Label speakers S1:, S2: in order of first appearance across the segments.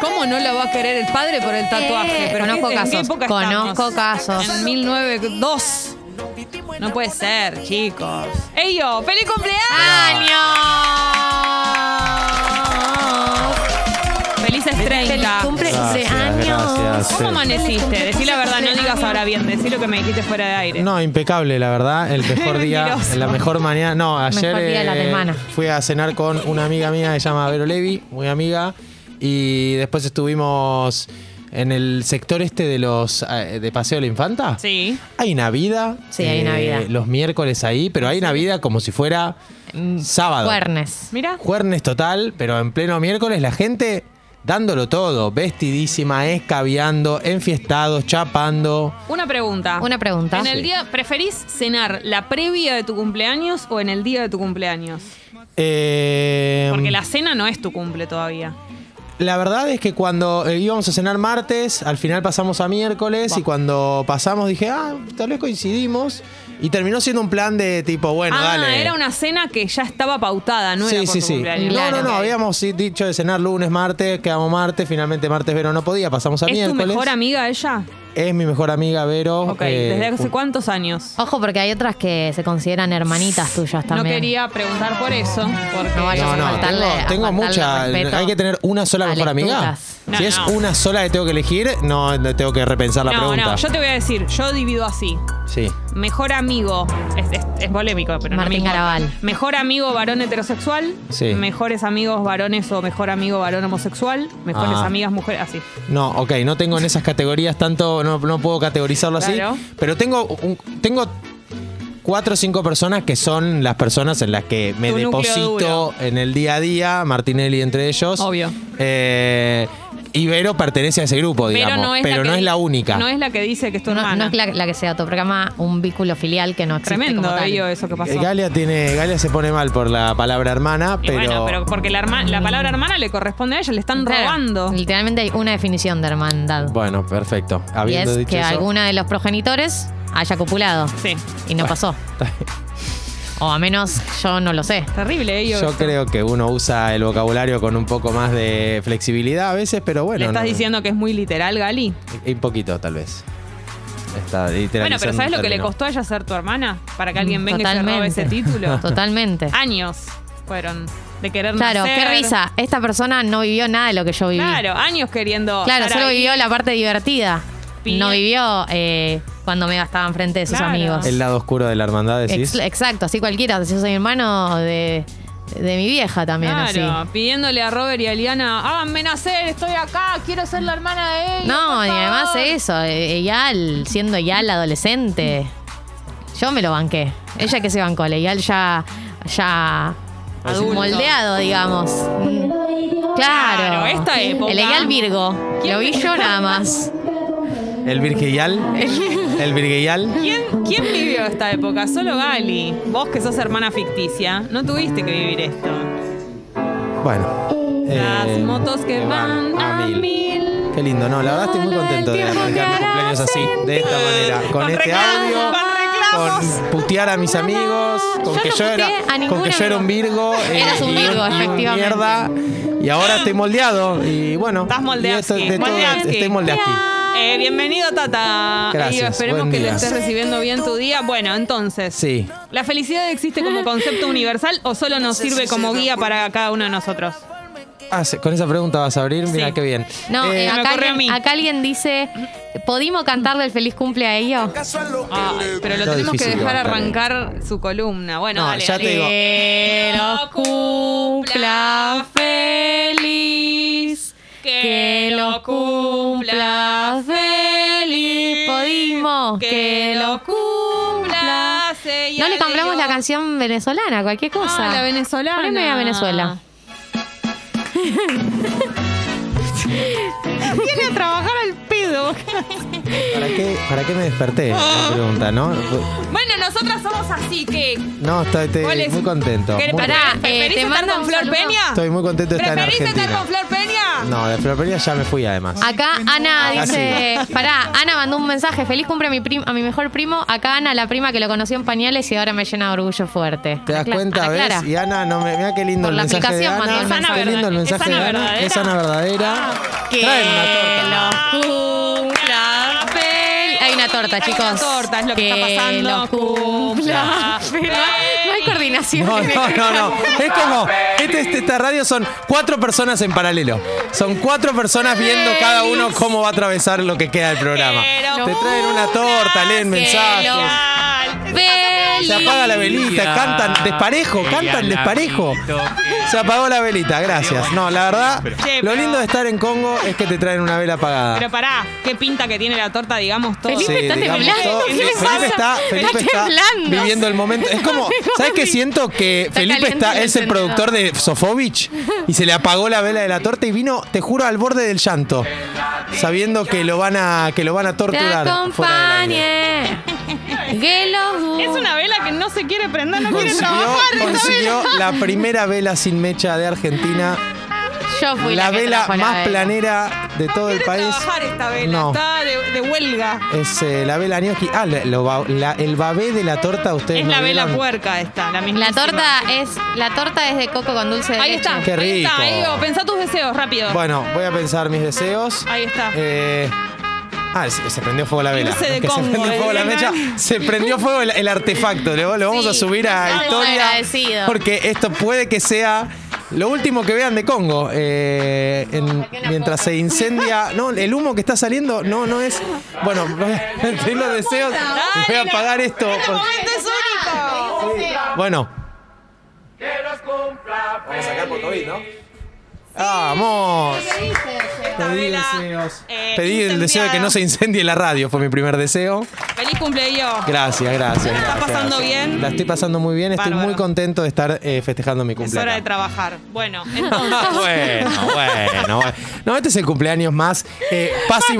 S1: ¿Cómo no la va a querer el padre por el tatuaje? Pero
S2: Conozco
S1: ¿qué- en qué
S2: casos,
S1: época
S2: conozco
S1: estamos?
S2: casos.
S1: En 1902. No puede ser, chicos. ¡Eyo! ¡Feliz cumpleaños! ¡Felices 30!
S2: Feliz cumple de años.
S1: ¿Cómo
S3: sí.
S1: amaneciste? Decí la verdad, no digas ahora bien, decí lo que me dijiste fuera de aire.
S3: No, impecable, la verdad. El mejor día,
S1: Mentiroso.
S3: la mejor mañana. No, ayer
S2: Mejor día de la
S3: eh,
S2: semana.
S3: fui a cenar con una amiga mía que se llama Vero Levi, muy amiga. Y después estuvimos en el sector este de los eh, de Paseo de la Infanta.
S1: Sí.
S3: Hay una vida. eh,
S2: Sí, hay una vida.
S3: Los miércoles ahí, pero hay una vida como si fuera
S2: Mm,
S3: sábado.
S2: Cuernes.
S1: Mira.
S3: Juernes total, pero en pleno miércoles la gente dándolo todo, vestidísima, escabeando, enfiestados, chapando.
S1: Una pregunta.
S2: Una pregunta.
S1: En el día, ¿preferís cenar la previa de tu cumpleaños o en el día de tu cumpleaños?
S3: Eh,
S1: Porque la cena no es tu cumple todavía.
S3: La verdad es que cuando eh, íbamos a cenar martes, al final pasamos a miércoles y cuando pasamos dije, ah, tal vez coincidimos. Y terminó siendo un plan de tipo, bueno,
S1: ah,
S3: dale.
S1: era una cena que ya estaba pautada, no era por tu cumpleaños.
S2: Claro.
S3: No, no, no, habíamos sí, dicho de cenar lunes, martes, quedamos martes, finalmente martes Vero no podía, pasamos a
S1: ¿Es tu
S3: miércoles.
S1: mejor amiga ella?
S3: Es mi mejor amiga Vero.
S1: Ok,
S3: eh,
S1: ¿desde hace
S3: un-
S1: cuántos años?
S2: Ojo, porque hay otras que se consideran hermanitas tuyas Oh, también.
S1: No quería preguntar por eso, porque
S2: No vayas
S3: No,
S2: a
S3: no,
S2: faltarle-
S3: tengo, tengo
S2: a faltarle
S3: mucha.
S2: respeto
S3: Hay que tener una sola
S2: a
S3: mejor amiga.
S2: lecturas.
S1: No,
S3: si es
S1: no.
S3: una sola que tengo que elegir, no no tengo que repensar la
S1: no,
S3: pregunta.
S1: no, yo te voy a decir, yo divido así.
S3: Sí.
S1: Mejor amigo, es, es- es polémico, pero no me
S2: Martín
S1: importa.
S2: Garabal.
S1: Mejor amigo varón heterosexual,
S3: Sí.
S1: mejores amigos varones o mejor amigo varón homosexual, mejores
S3: Ah.
S1: amigas mujeres, así.
S3: No, ok, no tengo en esas categorías tanto, no, no puedo categorizarlo así.
S1: Claro.
S3: Pero tengo, un- tengo cuatro o cinco personas que son las personas en las que me
S1: Tu núcleo
S3: deposito
S1: duro.
S3: en el día a día, Martinelli entre ellos.
S1: Obvio.
S3: Eh, Ibero pertenece a ese grupo, digamos, pero no es, la,
S1: que di-
S3: única.
S1: No es la que dice que es tu
S2: No, no
S1: hermana.
S2: es la, la que se autoprograma un vínculo filial que no existe
S1: Tremendo,
S2: como tal.
S1: Elio, eso que pasó.
S3: Eh, Galia tiene, Galia se pone mal por la palabra hermana,
S1: Y
S3: pero,
S1: bueno, pero porque la, herma- la palabra hermana le corresponde a ella, le están
S2: Claro,
S1: robando.
S2: Literalmente hay una definición de hermandad.
S3: bueno, perfecto.
S2: y
S3: Habiendo
S2: es
S3: dicho
S2: que
S3: eso,
S2: alguna de los progenitores haya copulado.
S1: Sí.
S2: Y no pasó. O a menos yo no lo sé.
S1: Terrible, ellos.
S3: yo creo que uno usa el vocabulario con un poco más de flexibilidad a veces, pero bueno.
S1: ¿Le estás
S3: no-
S1: diciendo que es muy literal, Gali?
S3: Y Un poquito, tal vez. Está
S1: Bueno,
S3: literalizando
S1: pero ¿sabes
S3: un
S1: lo que le
S3: término.
S1: costó a ella ser tu hermana? Para que alguien
S2: Mm,
S1: venga y se robe ese
S2: totalmente.
S1: título.
S2: Totalmente.
S1: años fueron de querer
S2: Claro,
S1: nacer.
S2: qué risa. Esta persona no vivió nada de lo que yo viví.
S1: Claro, años queriendo.
S2: Claro,
S1: estar
S2: solo
S1: ahí.
S2: vivió la parte divertida.
S1: Pide-
S2: No vivió eh, cuando me estaba enfrente de sus
S1: Claro.
S2: amigos.
S3: El lado oscuro de la hermandad, decís.
S2: Ex- exacto, así cualquiera. Yo soy hermano de, de mi vieja también.
S1: Claro,
S2: así.
S1: pidiéndole a Robert y a Liana, háganme nacer, estoy acá, quiero ser la hermana de él.
S2: No, y además eso, eh, Eyal, siendo Eyal adolescente, yo me lo banqué. Ella que se bancó, el Eyal ya, ya
S1: Adulto.
S2: moldeado, digamos. Mm. Claro.
S1: Claro, esta época.
S2: El Eyal Virgo,
S1: ¿Quién-
S2: lo vi yo nada más.
S3: El virgeyal. El virgeyal.
S1: ¿Quién, ¿Quién vivió esta época? Solo Gali. Vos que sos hermana ficticia, no tuviste que vivir esto.
S3: Bueno.
S1: Las
S3: eh,
S1: motos que van a mil.
S3: Qué lindo, no, la verdad estoy muy contento de arrancar mi cumpleaños así, de esta manera, con,
S1: Con
S3: este
S1: reclamos,
S3: audio,
S1: con reclamos.
S3: con putear a mis amigos, con
S2: Yo
S3: que
S2: no
S3: yo era,
S2: puteé a
S3: con
S2: ningún
S3: que yo era un Virgo, eh,
S2: Eras un
S3: y
S2: Virgo,
S3: y
S2: efectivamente.
S3: mierda, y ahora estoy moldeado y bueno,
S1: Estás
S3: y esto-
S1: moldeaski.
S3: de todo-
S1: Moldeaski.
S3: estoy moldeaski.
S1: Eh, bienvenido, Tata.
S3: Gracias,
S1: Eh, esperemos
S3: buen
S1: que lo
S3: día.
S1: estés recibiendo bien tu día. Bueno, entonces.
S3: Sí.
S1: ¿La felicidad existe como concepto universal o solo nos sirve como guía para cada uno de nosotros?
S3: Ah, sí, con esa pregunta vas a abrir, mira
S1: Sí.
S3: qué bien.
S2: No,
S3: Eh,
S2: eh,
S1: me
S2: acá,
S1: ocurrió a
S2: alguien,
S1: mí.
S2: acá alguien dice, ¿podimos cantarle el feliz cumple a ellos?
S1: Ay, Ah, pero lo
S3: Está
S1: tenemos que
S3: difícil
S1: dejar
S3: levantar.
S1: arrancar su columna. Bueno,
S3: No,
S1: dale,
S3: ya
S1: dale.
S3: te digo.
S2: Que los cumpla feliz. Que lo cumpla feliz. Podimos. Que lo cumpla.
S1: señor.
S2: No le cambiamos la canción venezolana, cualquier cosa.
S1: Ah, la venezolana.
S2: Poneme a Venezuela.
S1: Viene a trabajar al pedo.
S3: ¿Para qué, ¿Para qué me desperté? La pregunta, ¿no?
S1: Bueno, nosotras somos así que.
S3: No, estoy, estoy
S1: ¿Cuál es?
S3: muy contento.
S1: ¿Qué-
S3: muy
S1: pará,
S3: contento.
S1: ¿preferís
S2: eh, te
S1: estar
S2: mando
S1: con
S2: un
S1: Flor
S2: saludo.
S1: Peña?
S3: Estoy muy contento de estar en
S1: ¿Preferís estar
S3: Argentina.
S1: con Flor Peña?
S3: No, de Florería ya me fui además.
S2: Acá Ana
S3: Ah,
S2: dice, pará, Ana mandó un mensaje, feliz cumple a mi, prim- a mi mejor primo, acá Ana, la prima que lo conoció en pañales y ahora me llena de orgullo fuerte.
S3: ¿Te das
S2: Ana Cla-
S3: cuenta?
S2: Ana
S3: ¿Ves?
S2: Clara.
S3: Y Ana, no me, mira qué lindo
S2: Por
S3: el
S2: la
S3: mensaje de
S2: aplicación mandó
S3: Ana.
S2: el
S3: Qué
S2: mensaje.
S3: lindo el
S1: ¿Es
S3: mensaje
S1: Ana
S3: de Ana.
S1: verdadera? Ah,
S3: Es Ana verdadera.
S2: Que
S3: Traen una torta.
S2: los cumpla fel- Hay una torta, chicos.
S1: Hay una torta, es lo que está pasando.
S2: los cumpla fel- No hay- no hay coordinación. este
S3: No, no, no, no. Es como, este- este- esta radio son cuatro personas en paralelo. Son cuatro personas viendo cada uno cómo va a atravesar lo que queda del programa.
S1: Pero
S3: Te traen una torta, leen mensajes. Se apaga la velita,
S4: Ah,
S3: cantan desparejo, cantan desparejo. Se apagó la velita, gracias. No, la verdad,
S1: Che,
S3: lo
S1: pero-
S3: lindo de estar en Congo es que te traen una vela apagada.
S1: Pero pará, qué pinta que tiene la torta, digamos todo.
S2: Felipe
S3: Sí,
S2: está
S3: digamos
S2: temblando.
S3: todo.
S2: ¿Qué le
S3: Felipe
S2: pasa?
S3: está, Felipe
S2: Está
S3: está
S2: temblando.
S3: viviendo el momento. Es como, ¿sabes qué siento? Que
S2: Está
S3: Felipe
S2: caliente
S3: está,
S2: el
S3: es el
S2: encendedor.
S3: productor de Sofovich y se le apagó la vela de la torta y vino, te juro, al borde del llanto. Sabiendo que lo van a, que lo van a
S2: Te
S3: torturar. fuera del aire.
S2: acompañe. Que los
S1: Es una vela que no se quiere prender, no quiere
S3: Consiguió,
S1: trabajar. esta
S3: consiguió
S1: vela.
S3: la primera vela sin mecha de Argentina.
S2: Yo fui la,
S3: la
S2: que
S3: vela
S2: trajo la
S3: más
S2: vela.
S3: planera de todo el
S1: Quiere
S3: país.
S1: trabajar esta vela,
S3: No.
S1: está de, de huelga.
S3: Es eh, la vela gnocchi. Ah, la- lo ba- la- el babé de la torta ustedes
S1: Es
S3: no
S1: la vela
S3: vieron.
S1: puerca esta, la misma.
S2: La torta es la torta es de coco con dulce de
S1: Ahí
S2: leche.
S1: está.
S3: Qué
S1: Ahí está,
S3: rico.
S1: ahí digo, pensá tus deseos, rápido.
S3: Bueno, voy a pensar mis deseos.
S1: Ahí está.
S3: Eh, ah, se, se prendió fuego la vela.
S1: Irse de
S3: Es que se
S1: Congo,
S3: prendió fuego la
S1: eh,
S3: mecha.
S1: ¿no?
S3: Se prendió fuego el, el artefacto. Lo, lo vamos
S2: Sí,
S3: a subir a
S2: estamos
S3: historia.
S2: agradecidos.
S3: Porque esto puede que sea lo último que vean de Congo. Eh, en- mientras se incendia. No, el humo que está saliendo no, no es. Bueno, voy a pedir los deseos. Voy a apagar esto.
S1: ¡Este
S3: porque-
S1: momento es único!
S3: Bueno. Vamos a sacar por COVID, ¿no? ¡Vamos! Pedí
S1: Isabela,
S3: deseos.
S1: eh,
S3: Pedí el
S1: incendiada.
S3: deseo de que no se incendie la radio, fue mi primer deseo.
S1: Feliz cumpleaños.
S3: Gracias, gracias.
S1: ¿La estás
S3: gracias.
S1: pasando bien?
S3: La estoy pasando muy bien, estoy
S1: Bárbaro.
S3: muy contento de estar eh, festejando mi
S1: Es hora de
S3: cumpleaños.
S1: trabajar. Bueno,
S3: Ah,
S1: entonces.
S3: bueno, bueno, bueno. No, este es el cumpleaños más eh,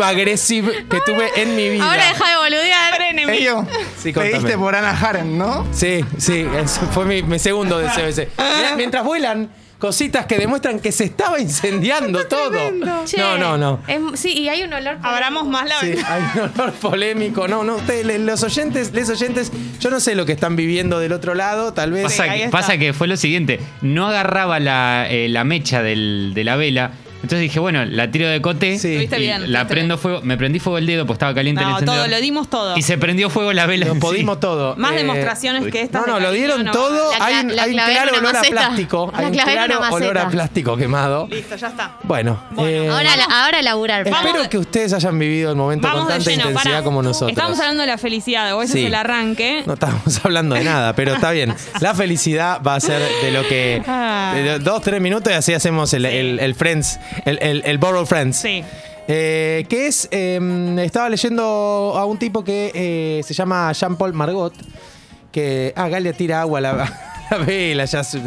S3: passive-aggressive que tuve en mi vida.
S2: Ahora deja de boludear.
S1: freneme.
S5: Ello,
S3: Sí, contame.
S5: pediste por Ana Haren, ¿no?
S3: Sí, sí, ese fue mi, mi segundo deseo ese. Mirá, Mientras vuelan cositas que demuestran que se estaba incendiando todo.
S2: Che,
S3: No, no, no.
S2: es- sí, y hay un olor.
S1: Abramos más la
S3: Sí,
S1: ventana.
S3: hay un olor polémico. No, no, ustedes, le- los oyentes, les oyentes, yo no sé lo que están viviendo del otro lado, tal vez.
S1: Sí,
S4: Pasa,
S1: ahí
S4: que-
S1: está.
S4: pasa que fue lo siguiente, no agarraba la, eh, la mecha del- de la vela, entonces dije, bueno, la tiro de cote,
S3: Sí.
S4: y
S1: Estuviste bien,
S4: la
S1: estuviste
S4: prendo fuego, me prendí fuego el dedo porque estaba caliente el
S1: No,
S4: encendedor.
S1: todo, lo dimos todo.
S4: Y se prendió fuego la vela.
S3: Lo
S4: en sí.
S3: podimos todo.
S1: Más
S3: Eh,
S1: demostraciones que estas.
S3: No, no,
S1: de
S3: lo
S1: cariño
S3: dieron
S1: no
S3: todo.
S2: La cla-
S3: hay un,
S2: la
S3: hay un
S2: clave en
S3: claro
S2: una
S3: olor a
S2: maceta.
S3: plástico.
S2: La
S3: Hay un
S2: clave en
S3: claro
S2: una
S3: olor a
S2: maceta.
S3: plástico quemado.
S1: Listo, ya está.
S3: Bueno, eh,
S2: Ahora, la- ahora laburar.
S1: Vamos
S3: espero
S1: de-
S3: que ustedes hayan vivido el momento con
S1: Vamos de
S3: tanta
S1: lleno.
S3: intensidad
S1: pará.
S3: como nosotros.
S1: Estamos hablando de la felicidad, o ese
S3: Sí.
S1: es el arranque.
S3: No estábamos hablando de nada, pero está bien. La felicidad va a ser de lo que.
S1: Ah.
S3: de dos, tres minutos y así hacemos el, el- el Friends, el, el, el Borrow Friends.
S1: Sí.
S3: Eh, que es. eh, estaba leyendo a un tipo que eh, se llama Jean-Paul Margot. Que. Ah, Galia tira agua a la, a la vela. Ya su-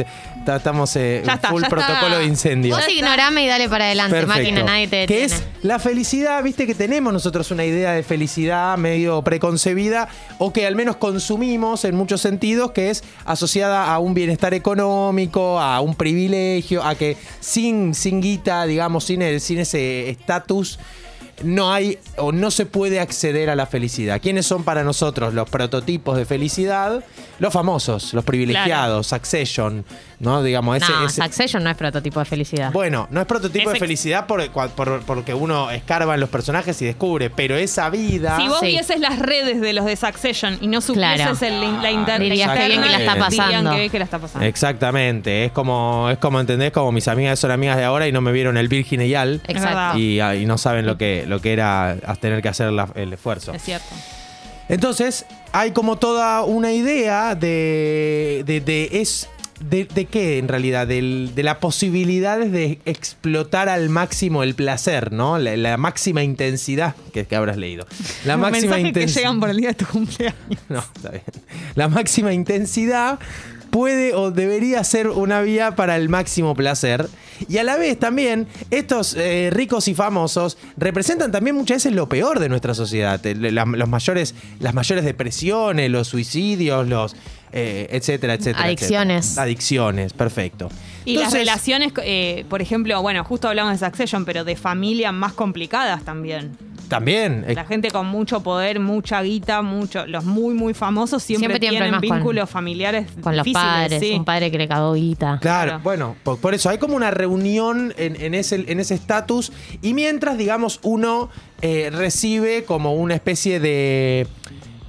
S3: ta- estamos eh,
S1: Ya está,
S3: full
S1: ya está.
S3: protocolo de incendio.
S2: Vos ignorame y dale para adelante, máquina, nadie te
S3: Que
S2: detiene.
S3: es la felicidad, viste que tenemos nosotros una idea de felicidad medio preconcebida o que al menos consumimos en muchos sentidos, que es asociada a un bienestar económico, a un privilegio, a que sin, sin guita, digamos, sin, el, sin ese estatus. No hay o no se puede acceder a la felicidad. ¿Quiénes son para nosotros los prototipos de felicidad? Los famosos, los privilegiados, Succession, ¿no? Digamos, ese,
S2: no,
S3: ese-
S2: Succession no es prototipo de felicidad.
S3: bueno, no es prototipo
S1: Es
S3: de
S1: ex-
S3: felicidad por- cua- por- porque uno escarba en los personajes y descubre, pero esa vida.
S1: Si vos
S2: sí.
S1: vieses las redes de los de Succession y no
S2: Claro.
S1: supieses el- la
S3: Ah,
S1: internet,
S2: Dirías que bien que la está
S1: Dirían
S2: pasando.
S1: que bien que la está pasando.
S3: Exactamente, es como, es como, ¿entendés? Como mis amigas son amigas de ahora y no me vieron el Virgin y Al.
S1: Es verdad.
S2: Exacto.
S3: Y, ah, y no saben lo que, lo que era a tener que hacer la- el esfuerzo.
S1: Es cierto.
S3: Entonces, hay como toda una idea de. de, de- es. De, de qué en realidad? Del- de las posibilidades de explotar al máximo el placer, ¿no? La, la máxima intensidad que, que habrás leído. La
S1: Los
S3: máxima
S1: mensajes que
S3: intensidad.
S1: llegan por el día de tu cumpleaños.
S3: No, está bien. La máxima intensidad puede o debería ser una vía para el máximo placer. Y a la vez también, estos eh, ricos y famosos representan también muchas veces lo peor de nuestra sociedad. El- la- los mayores, las mayores depresiones, los suicidios, los... eh, etcétera, etcétera.
S2: Adicciones.
S3: etcétera. Adicciones, perfecto.
S1: Y las relaciones, eh, por ejemplo, bueno, justo hablamos de Succession, pero de familia más complicadas también.
S3: También. eh,
S1: La gente con mucho poder, mucha guita, mucho, los muy, muy famosos siempre,
S2: Siempre tienen
S1: tienen
S2: problemas con-
S1: vínculos familiares
S2: Con los
S1: difíciles,
S2: padres,
S1: sí.
S2: un padre que le cagó guita.
S3: Claro,
S1: Claro.
S3: bueno, por, por eso hay como una reunión en, en ese en ese estatus y mientras, digamos, uno eh, recibe como una especie de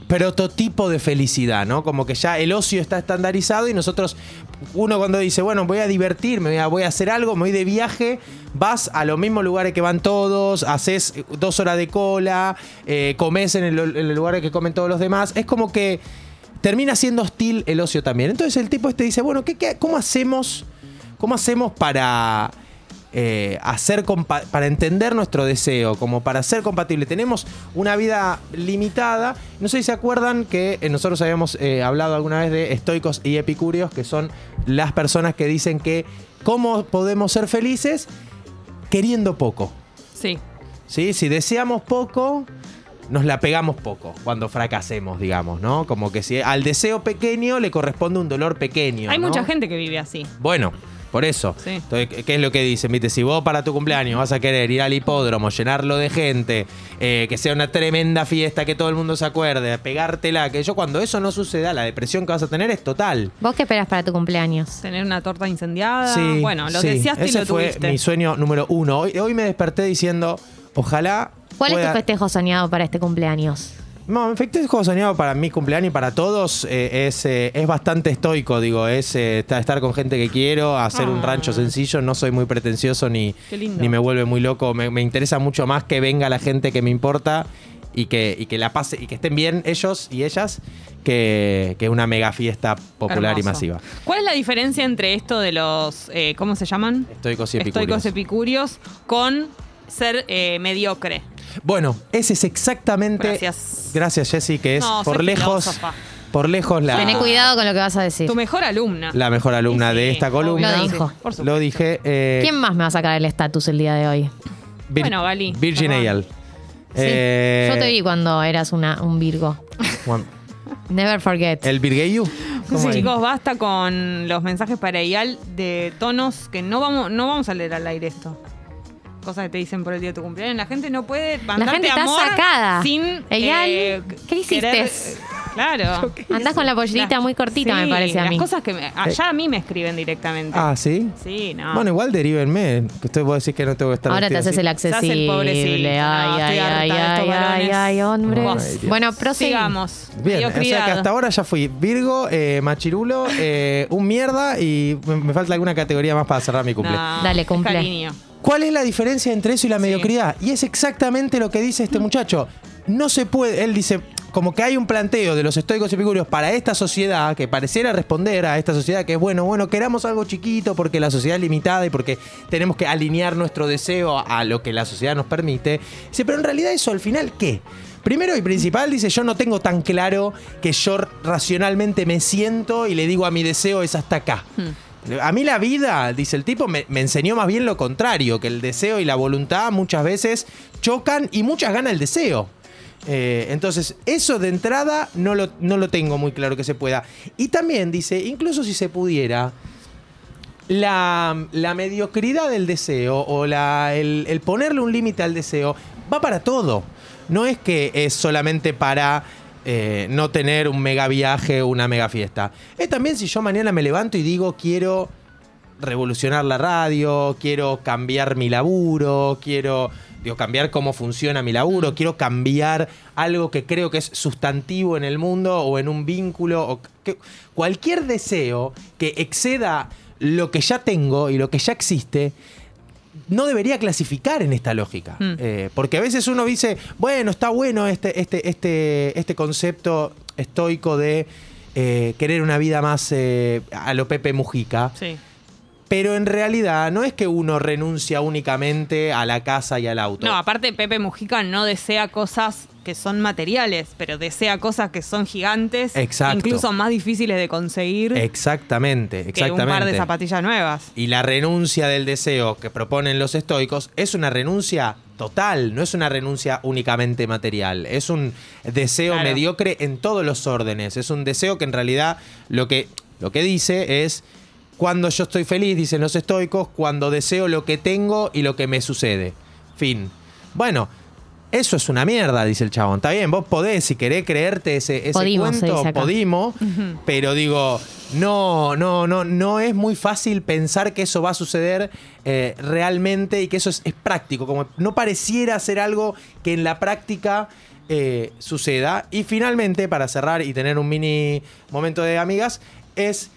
S3: prototipo de felicidad, ¿no? Como que ya el ocio está estandarizado y nosotros, uno cuando dice, bueno, voy a divertirme, voy a, voy a hacer algo, me voy de viaje, vas a los mismos lugares que van todos, haces eh, dos horas de cola, eh, comes en el, en el lugar que comen todos los demás, es como que termina siendo hostil el ocio también. Entonces el tipo este dice, bueno, ¿qué, qué- cómo hacemos? ¿Cómo hacemos para eh, hacer compa- para entender nuestro deseo, como para ser compatible? Tenemos una vida limitada. No sé si se acuerdan que eh, nosotros habíamos eh, hablado alguna vez de estoicos y epicúreos, que son las personas que dicen que cómo podemos ser felices queriendo poco.
S1: Sí.
S3: ¿sí? Si deseamos poco, nos la pegamos poco cuando fracasemos, digamos, ¿no? Como que si al deseo pequeño le corresponde un dolor pequeño.
S1: Hay
S3: ¿no?
S1: mucha gente que vive así.
S3: Bueno. Por eso.
S1: Sí.
S3: Entonces, ¿qué- ¿qué es lo que dicen? Viste, si vos para tu cumpleaños vas a querer ir al hipódromo, llenarlo de gente, eh, que sea una tremenda fiesta, que todo el mundo se acuerde, pegártela, que yo cuando eso no suceda, la depresión que vas a tener es total.
S2: ¿Vos qué esperas para tu cumpleaños?
S1: Tener una torta incendiada.
S3: Sí,
S1: Ah, bueno, lo
S3: sí.
S1: deseaste y
S3: Ese
S1: lo
S3: fue
S1: tuviste.
S3: mi sueño número uno. Hoy, hoy me desperté diciendo, ojalá...
S2: ¿Cuál es tu
S3: pueda-
S2: festejo soñado para este cumpleaños?
S3: No, en efecto, el juego soñado para mi cumpleaños y para todos eh, es, eh, es bastante estoico, digo, es eh, esta- estar con gente que quiero, hacer un
S1: Ah.
S3: rancho sencillo, no soy muy pretencioso ni,
S1: Qué lindo.
S3: ni me vuelve muy loco, me, me interesa mucho más que venga la gente que me importa y que, y que la pase y que estén bien ellos y ellas que, que una mega fiesta popular y
S1: Hermoso.
S3: masiva.
S1: ¿Cuál es la diferencia entre esto de los, eh, ¿cómo se llaman?
S3: Estoicos y epicúreos.
S1: Estoicos epicúreos con ser eh, mediocre.
S3: Bueno, ese es exactamente...
S1: Gracias.
S3: Gracias, Jessy, que es
S1: No,
S3: por
S1: soy
S3: lejos...
S1: filósofa.
S3: Por lejos la...
S1: Ah.
S2: Tené cuidado con lo que vas a decir.
S1: Tu mejor alumna.
S3: La mejor alumna
S1: Sí,
S3: de esta
S1: obvio.
S3: columna.
S2: Lo dijo.
S1: Por supuesto.
S3: Lo dije. eh,
S2: ¿Quién más me va a sacar el estatus el día de hoy?
S3: Vir-
S1: Bueno, Gali,
S3: Virgin
S1: perdón.
S3: Eyal.
S2: Sí,
S3: Eh,
S2: Yo te vi cuando eras una, un Virgo.
S3: Juan-
S2: Never forget.
S3: ¿El Virgeyu? ¿Cómo es?
S1: Chicos, basta con los mensajes para Ial de tonos que no vamos, no vamos a leer al aire esto. Cosas que te dicen por el día de tu cumpleaños. La gente no puede mandarte
S2: La gente está
S1: amor
S2: sacada.
S1: sin.
S2: Eyal,
S1: eh,
S2: ¿qué hiciste?
S1: querer- claro.
S2: Andás con la pollerita
S1: Las-
S2: muy cortita,
S1: sí,
S2: me parece a
S1: las
S2: mí.
S1: cosas que me- allá a mí me escriben directamente.
S3: Ah, ¿sí?
S1: Sí, no.
S3: Bueno, igual derívenme. Que usted puede decir que no tengo que estar
S2: Ahora te
S3: vestido
S2: haces
S3: así.
S2: el
S1: hace el
S2: accesible. Ay,
S1: pobrecito. No, estoy
S2: ay,
S1: harta
S2: ay,
S1: de estos
S2: ay, ay,
S1: varones.
S2: ay, hombre.
S1: Vos.
S3: Ay, Dios.
S2: bueno, prosigamos.
S1: sigamos.
S3: Bien, o sea que hasta ahora ya fui Virgo, eh, Machirulo, eh, un mierda y me, me falta alguna categoría más para cerrar mi cumple.
S2: Dale, cumple.
S1: Cariño.
S3: ¿Cuál es la diferencia entre eso y la mediocridad? Y es exactamente lo que dice este muchacho. No se puede, él dice, como que hay un planteo de los estoicos y epicúreos para esta sociedad que pareciera responder a esta sociedad que es bueno, bueno, queramos algo chiquito porque la sociedad es limitada y porque tenemos que alinear nuestro deseo a lo que la sociedad nos permite. Dice, pero en realidad eso al final, ¿qué? Primero y principal, dice, yo no tengo tan claro que yo racionalmente me siento y le digo a mi deseo es hasta acá. A mí la vida, dice el tipo, me, me enseñó más bien lo contrario, que el deseo y la voluntad muchas veces chocan y muchas gana el deseo. Eh, entonces, eso de entrada no lo, no lo tengo muy claro que se pueda. Y también dice, incluso si se pudiera, la, la mediocridad del deseo o la, el, el ponerle un límite al deseo va para todo. No es que es solamente para eh, no tener un mega viaje o una mega fiesta. Es también si yo mañana me levanto y digo quiero revolucionar la radio, quiero cambiar mi laburo, quiero digo, cambiar cómo funciona mi laburo, quiero cambiar algo que creo que es sustantivo en el mundo o en un vínculo, o que- cualquier deseo que exceda lo que ya tengo y lo que ya existe, no debería clasificar en esta lógica.
S1: Mm.
S3: Eh, porque a veces uno dice, bueno, está bueno este, este, este, este concepto estoico de eh, querer una vida más eh, a lo Pepe Mujica.
S1: Sí.
S3: Pero en realidad no es que uno renuncia únicamente a la casa y al auto.
S1: No, aparte Pepe Mujica no desea cosas que son materiales, pero desea cosas que son gigantes,
S3: Exacto.
S1: incluso más difíciles de conseguir
S3: exactamente,
S1: que un
S3: exactamente.
S1: par de zapatillas nuevas.
S3: y la renuncia del deseo que proponen los estoicos es una renuncia total, no es una renuncia únicamente material, es un deseo
S1: Claro.
S3: mediocre en todos los órdenes, es un deseo que en realidad lo que, lo que dice es cuando yo estoy feliz, dicen los estoicos, cuando deseo lo que tengo y lo que me sucede. Fin. Bueno, Eso es una mierda, dice el chabón. Está bien, vos podés, si querés creerte ese, ese
S2: Podimo, se
S3: cuento,
S2: dice acá.
S3: podimo, pero digo, no, no, no, no es muy fácil pensar que eso va a suceder eh, realmente y que eso es, es práctico. Como no pareciera ser algo que en la práctica eh, suceda. Y finalmente, para cerrar y tener un mini momento de amigas, es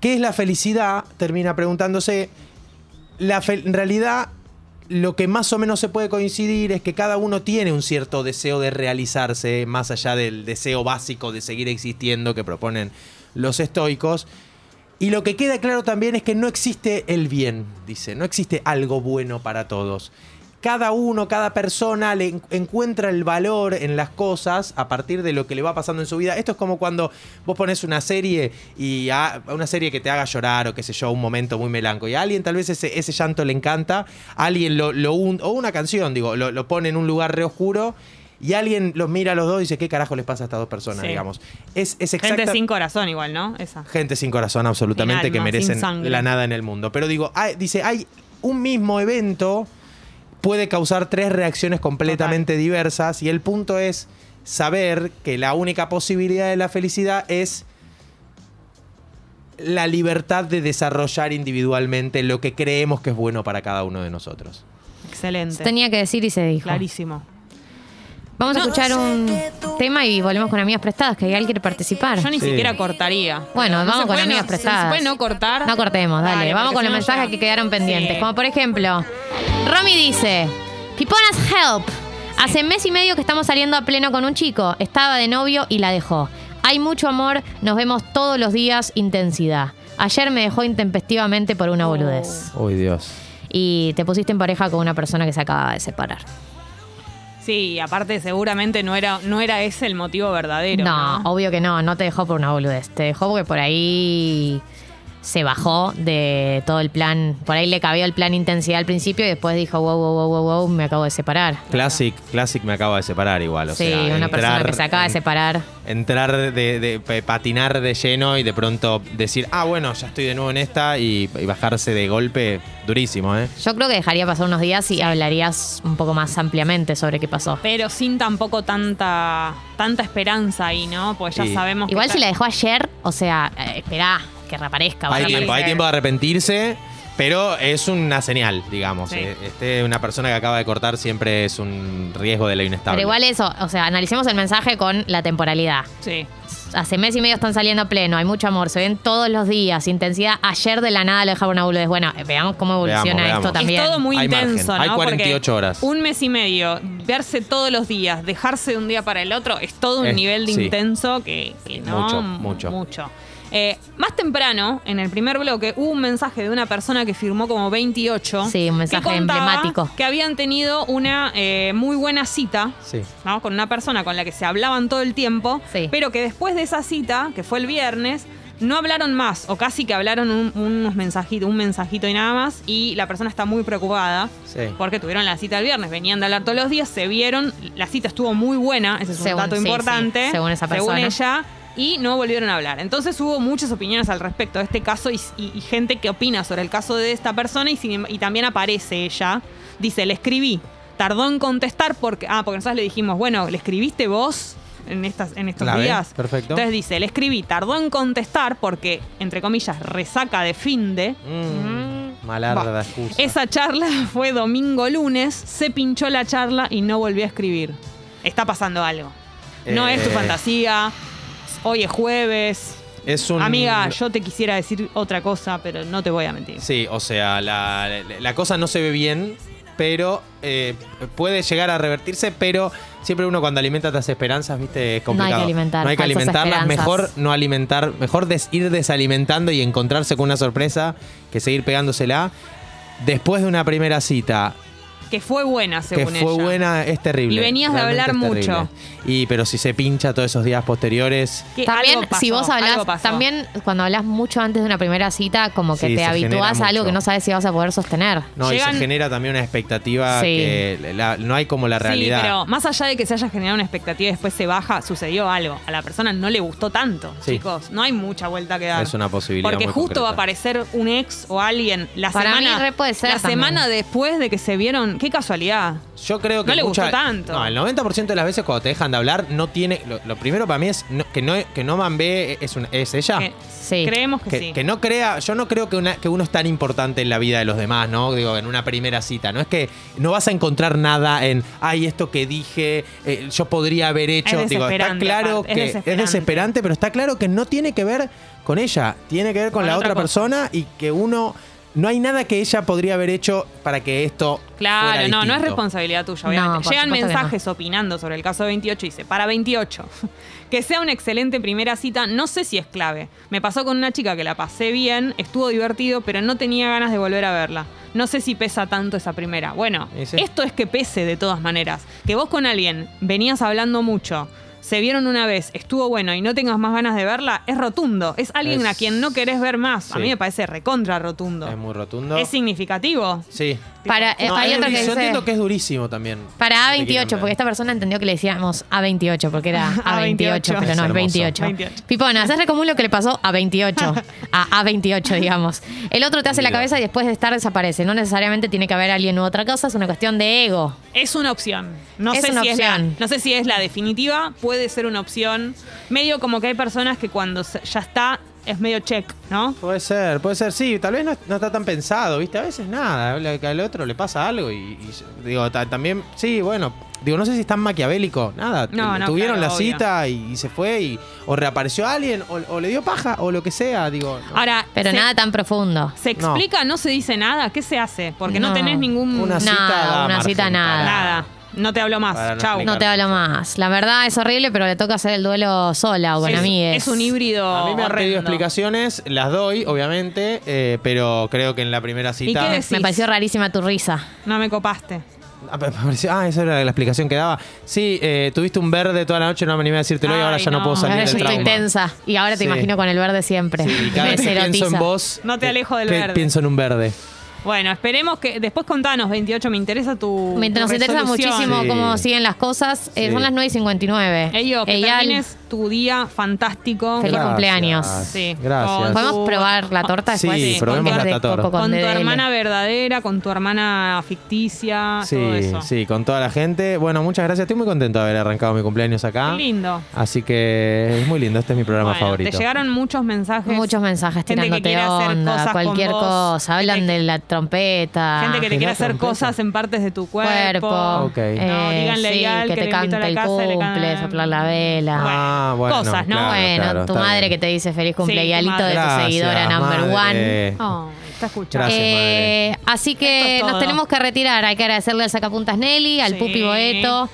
S3: ¿qué es la felicidad? Termina preguntándose. La fel- en realidad, lo que más o menos se puede coincidir es que cada uno tiene un cierto deseo de realizarse, más allá del deseo básico de seguir existiendo que proponen los estoicos. Y lo que queda claro también es que no existe el bien, dice, no existe algo bueno para todos. Cada uno, cada persona le en- encuentra el valor en las cosas a partir de lo que le va pasando en su vida. Esto es como cuando vos pones una serie y a, una serie que te haga llorar o qué sé yo, un momento muy melanco. Y a alguien tal vez ese, ese llanto le encanta, a alguien lo, lo un- o una canción, digo, lo, lo pone en un lugar re oscuro y alguien los mira a los dos y dice, ¿qué carajo les pasa a estas dos personas?
S1: Sí.
S3: Digamos. Es, es
S1: Gente
S3: exacta-
S1: sin corazón igual, ¿no? Esa.
S3: gente sin corazón absolutamente
S1: Sin
S3: que
S1: alma, sin
S3: merecen
S1: sangre.
S3: la nada en el mundo. Pero digo, hay- dice, hay un mismo evento puede causar tres reacciones completamente diversas y el punto es saber que la única posibilidad de la felicidad es la libertad de desarrollar individualmente lo que creemos que es bueno para cada uno de nosotros.
S1: Excelente.
S2: Tenía que decir y se dijo.
S1: Clarísimo.
S2: Vamos a escuchar un tema y volvemos con amigas prestadas, que alguien quiere participar.
S1: Yo ni
S3: Sí.
S1: siquiera cortaría.
S2: Bueno,
S1: No
S2: vamos
S1: se
S2: con
S1: puede
S2: amigas
S1: no-
S2: prestadas.
S1: Se puede no cortar.
S2: No cortemos, dale. Vamos
S1: porque
S2: con
S1: si
S2: los
S1: no
S2: mensajes
S1: ya-
S2: que quedaron pendientes.
S1: Sí.
S2: Como por ejemplo, Romy dice: Piponas help. Hace mes y medio que estamos saliendo a pleno con un chico. Estaba de novio y la dejó. Hay mucho amor, nos vemos todos los días, intensidad. Ayer me dejó intempestivamente por
S1: Oh.
S2: una boludez.
S3: Uy, Dios.
S2: Y te pusiste en pareja con una persona que se acaba de separar.
S1: Sí, y aparte seguramente no era, no era ese el motivo verdadero.
S2: No,
S1: No,
S2: obvio que no, no te dejó por una boludez. Te dejó porque por ahí se bajó de todo el plan. Por ahí le cabía el plan intensidad al principio y después dijo, wow, wow, wow, wow, wow, me acabo de separar.
S3: Classic, Classic me acaba de separar igual. O
S2: sí,
S3: sea,
S2: una persona
S3: entrar-
S2: que se acaba de separar.
S3: entrar de, de- pe- patinar de lleno y de pronto decir, ah, bueno, ya estoy de nuevo en esta y, y bajarse de golpe durísimo, ¿eh?
S2: Yo creo que dejaría pasar unos días y hablarías un poco más ampliamente sobre qué pasó.
S1: Pero sin tampoco tanta, tanta esperanza ahí, ¿no? Pues ya
S3: Sí.
S1: sabemos que
S2: Igual
S1: está-
S2: si la dejó ayer, o sea, eh, esperá que reaparezca.
S3: Hay
S2: boludo.
S3: tiempo, hay
S1: aparecer.
S3: tiempo de arrepentirse, pero es una señal, digamos.
S1: Sí.
S3: Eh, Este, una persona que acaba de cortar siempre es un riesgo de la inestable.
S2: Pero igual eso, o sea, analicemos el mensaje con la temporalidad.
S1: Sí.
S2: Hace mes y medio están saliendo a pleno, hay mucho amor, se ven todos los días, intensidad. Ayer de la nada lo dejaron a bulles. Bueno, eh, veamos cómo evoluciona
S3: Veamos,
S2: esto
S3: veamos.
S2: también.
S1: Es todo muy
S3: Hay
S1: intenso,
S3: margen, hay
S1: ¿no?
S3: 48
S1: Porque
S3: horas.
S1: Un mes y medio, verse todos los días, dejarse de un día para el otro, es todo un
S3: Es-
S1: nivel de
S3: sí.
S1: intenso que, que no.
S3: Mucho, mucho.
S1: mucho. Eh, más temprano, en el primer bloque, hubo un mensaje de una persona que firmó como 28.
S2: Sí, un
S1: que
S2: mensaje
S1: contaba
S2: emblemático.
S1: Que habían tenido una eh, muy buena cita.
S3: Sí.
S1: ¿no? con una persona con la que se hablaban todo el tiempo,
S2: Sí.
S1: pero que después de esa cita, que fue el viernes, no hablaron más, o casi que hablaron un- unos mensajitos, un mensajito y nada más, y la persona está muy preocupada
S3: Sí.
S1: porque tuvieron la cita el viernes, venían de hablar todos los días, se vieron, la cita estuvo muy buena, ese es un
S2: Según-
S1: dato
S2: sí,
S1: importante,
S2: sí, según esa
S1: según
S2: persona.
S1: ella, y no volvieron a hablar. Entonces hubo muchas opiniones al respecto de este caso y, y- y gente que opina sobre el caso de esta persona y, sin- y también aparece ella. Dice, le escribí, tardó en contestar porque, ah, porque nosotros le dijimos, bueno, ¿le escribiste vos? En, estas, en estos
S3: Clave,
S1: días.
S3: perfecto.
S1: Entonces dice, le escribí, tardó en contestar porque, entre comillas, resaca de fin de.
S3: Mm, malarda
S1: Va.
S3: excusa.
S1: Esa charla fue domingo lunes, se pinchó la charla y no volvió a escribir. Está pasando algo. No
S3: Eh.
S1: es tu fantasía. Hoy es jueves.
S3: Es un-
S1: Amiga, yo te quisiera decir otra cosa, pero no te voy a mentir.
S3: Sí, o sea, la, la cosa no se ve bien, pero eh, puede llegar a revertirse, pero siempre uno cuando alimenta las esperanzas, viste, es complicado.
S2: alimentar
S3: No hay que
S2: falsas
S3: alimentarlas,
S2: esperanzas.
S3: mejor no alimentar, mejor des- ir desalimentando y encontrarse con una sorpresa que seguir pegándosela. Después de una primera cita
S1: Que fue buena, según
S3: que fue
S1: ella.
S3: buena, es terrible.
S1: Y venías de
S3: Realmente
S1: hablar
S3: es terrible.
S1: mucho.
S3: Y pero si se pincha todos esos días posteriores,
S1: Que
S2: También,
S1: algo pasó,
S2: si vos hablás,
S1: algo pasó.
S2: también cuando hablas mucho antes de una primera cita, como que
S3: Sí,
S2: te
S3: se genera
S2: habitúas a algo
S3: mucho.
S2: que no sabes si vas a poder sostener.
S3: no, y
S1: Llegan-
S3: se genera también una expectativa
S2: Sí.
S3: que la- no hay como la realidad.
S1: Sí, pero más allá de que se haya generado una expectativa y después se baja, sucedió algo. A la persona no le gustó tanto,
S3: Sí.
S1: chicos. No hay mucha vuelta que dar.
S3: Es una posibilidad
S1: Porque
S3: muy
S1: justo
S3: concreta.
S1: va a aparecer un ex o alguien la
S2: Para mí
S1: semana.
S2: re puede ser
S1: la
S2: también.
S1: semana después de que se vieron Bien, qué casualidad.
S3: Yo creo que
S1: No le
S3: mucha-
S1: gustó tanto.
S3: No, el 90% de las veces cuando te dejan de hablar no tiene. Lo, lo primero para mí es no- que no que no mambe es una- es ella.
S1: Eh,
S2: Sí.
S1: Creemos que,
S3: Ah. Que,
S1: sí.
S3: que no crea, yo no creo que, una- que uno es tan importante en la vida de los demás, ¿no? Digo, en una primera cita. No es que no vas a encontrar nada en, ay, esto que dije, eh, yo podría haber hecho.
S1: Es
S3: Digo, está
S1: desesperante,
S3: claro
S1: aparte, es
S3: que
S1: desesperante.
S3: desesperante, pero está claro que no tiene que ver con ella, tiene que ver con,
S1: Con
S3: la
S1: otra
S3: otra,
S1: cosa.
S3: persona y que uno. No hay nada que ella podría haber hecho para que esto. fuera
S1: Claro, no, no es
S3: distinto.
S1: responsabilidad tuya,
S2: No,
S1: obviamente.
S2: por
S1: Llegan
S2: supuesto que
S1: mensajes opinando sobre el caso 28 y dice, para 28, que sea una excelente primera cita, no sé si es clave. Me pasó con una chica que la pasé bien, estuvo divertido, pero no tenía ganas de volver a verla. No sé si pesa tanto esa primera. Bueno,
S3: Y sí.
S1: esto es que pese de todas maneras. Que vos con alguien venías hablando mucho. Se vieron una vez, estuvo bueno y no tengas más ganas de verla, es rotundo. Es alguien
S3: Es-
S1: a quien no querés ver más. A
S3: Sí.
S1: mí me parece recontra rotundo.
S3: Es muy rotundo.
S1: es significativo.
S3: Sí.
S2: Para, eh,
S3: No,
S2: hay
S3: es
S2: otro que
S3: durísimo. Yo
S2: dice-
S3: entiendo que es durísimo también.
S2: Para
S3: Si te quieren
S2: A28,
S3: ver.
S2: porque esta persona entendió que le decíamos A28, porque era A28,
S1: A28.
S2: pero no,
S3: Es
S2: es
S3: hermoso.
S2: 28.
S1: 28.
S2: Pipona, haces re común lo que le pasó a 28, a A28, digamos. El otro te hace la
S3: Mira.
S2: cabeza y después de estar desaparece. No necesariamente tiene que haber alguien u otra cosa, es una cuestión de ego.
S1: Es una opción. No
S2: Es
S1: sé
S2: una
S1: si es
S2: opción.
S1: la, no sé si es la definitiva, puede ser una opción. Medio como que hay personas que cuando se- ya está es medio check, ¿no?
S3: Puede ser, puede ser, sí, tal vez no, no está tan pensado, ¿viste? A veces nada, le- que al otro le pasa algo y, y digo, ta- también, sí, bueno, digo, no sé si es tan maquiavélico, nada,
S1: No,
S3: eh,
S1: no,
S3: tuvieron
S1: claro,
S3: la
S1: obvio.
S3: cita y, y se fue y o reapareció alguien o, o le dio paja o lo que sea, digo. no.
S1: Ahora,
S2: Pero
S1: se,
S2: nada tan profundo.
S1: ¿se
S3: No.
S1: explica? No. se dice nada? ¿Qué se hace? Porque
S2: mm,
S1: no,
S2: No.
S1: tenés ningún...
S2: nada,
S3: una cita da
S2: una
S3: margen
S2: cita nada.
S3: para-
S1: nada. No te hablo
S3: Para
S1: más.
S3: no
S1: Chau.
S2: No te hablo más. La verdad es horrible, pero le toca hacer el duelo sola o con
S1: es,
S2: amigues.
S1: es un híbrido
S3: A mí me han pedido
S1: horrendo.
S3: explicaciones, las doy, obviamente, eh, pero creo que en la primera cita.
S1: qué decís?
S2: Me pareció rarísima tu risa.
S1: No me copaste.
S3: Ah, me pareció- ah, esa era la explicación que daba. Sí, eh, tuviste un verde toda la noche, no me animé a decírtelo y ahora
S1: Ay,
S3: ya no,
S1: no.
S3: puedo salir
S2: Ahora
S3: del
S2: yo estoy
S3: trauma.
S2: tensa y ahora te
S3: Sí.
S2: imagino con el verde siempre.
S3: Sí, cada
S2: Me
S3: vez que pienso en
S2: erotiza.
S3: vos.
S1: No te
S3: eh,
S1: alejo del
S3: pe-
S1: verde.
S3: Pienso en un verde.
S1: Bueno, esperemos que... Después contanos, 28, me interesa tu
S2: Me-
S1: tu
S2: Nos interesa
S1: resolución.
S2: muchísimo
S3: Sí.
S2: cómo siguen las cosas. Eh,
S3: Sí.
S2: son las 9 y 59.
S1: Ello, que
S2: Eyal,
S1: termines tu día fantástico.
S2: Feliz
S3: Gracias.
S2: cumpleaños.
S1: Sí.
S3: Gracias.
S1: Con-
S2: ¿Podemos probar la torta
S3: Sí,
S2: después?
S3: probemos
S2: Con
S3: la
S2: de
S3: torta.
S2: coco
S1: Con tu
S2: DDL.
S1: hermana verdadera, con tu hermana ficticia, todo
S3: Sí,
S1: eso.
S3: sí, con toda la gente. Bueno, muchas gracias. Estoy muy contento de haber arrancado mi cumpleaños
S1: Qué
S2: Ah,
S3: acá.
S1: lindo.
S3: Así que es muy lindo. Este es mi programa
S1: Bueno,
S3: favorito.
S1: Te llegaron muchos mensajes.
S2: Muchos mensajes
S1: Gente que
S2: tirándote
S1: quiere hacer
S2: onda,
S1: cosas con
S2: cualquier
S1: vos,
S2: cosa. Hablan
S1: gente
S2: de la trompeta.
S1: Gente que te quiere
S3: Mirá,
S1: hacer
S3: trompeta.
S1: cosas en partes de tu cuerpo.
S2: cuerpo,
S3: Ok.
S1: No,
S2: eh,
S1: díganle
S2: sí,
S1: a Eyal
S2: que,
S1: que
S2: te
S1: le invito
S2: canta
S1: a la
S2: el
S1: casa y le
S2: cumple,
S1: can-
S2: soplar la vela.
S1: Bueno,
S3: ah, bueno.
S1: cosas, ¿no?
S3: claro,
S2: bueno,
S3: claro,
S2: tu
S3: está
S2: madre
S3: bien.
S2: que te dice feliz cumpleaños
S1: tu
S2: de tu
S3: madre.
S2: seguidora
S3: Gracias,
S2: number one.
S3: madre.
S1: Oh, está escuchando.
S3: Gracias,
S2: Eh, así
S1: Esto
S2: que
S1: es
S2: nos
S1: todo.
S2: tenemos que retirar. Hay que agradecerle al Sacapuntas Nelly, al
S1: Sí.
S2: Pupi Boeto,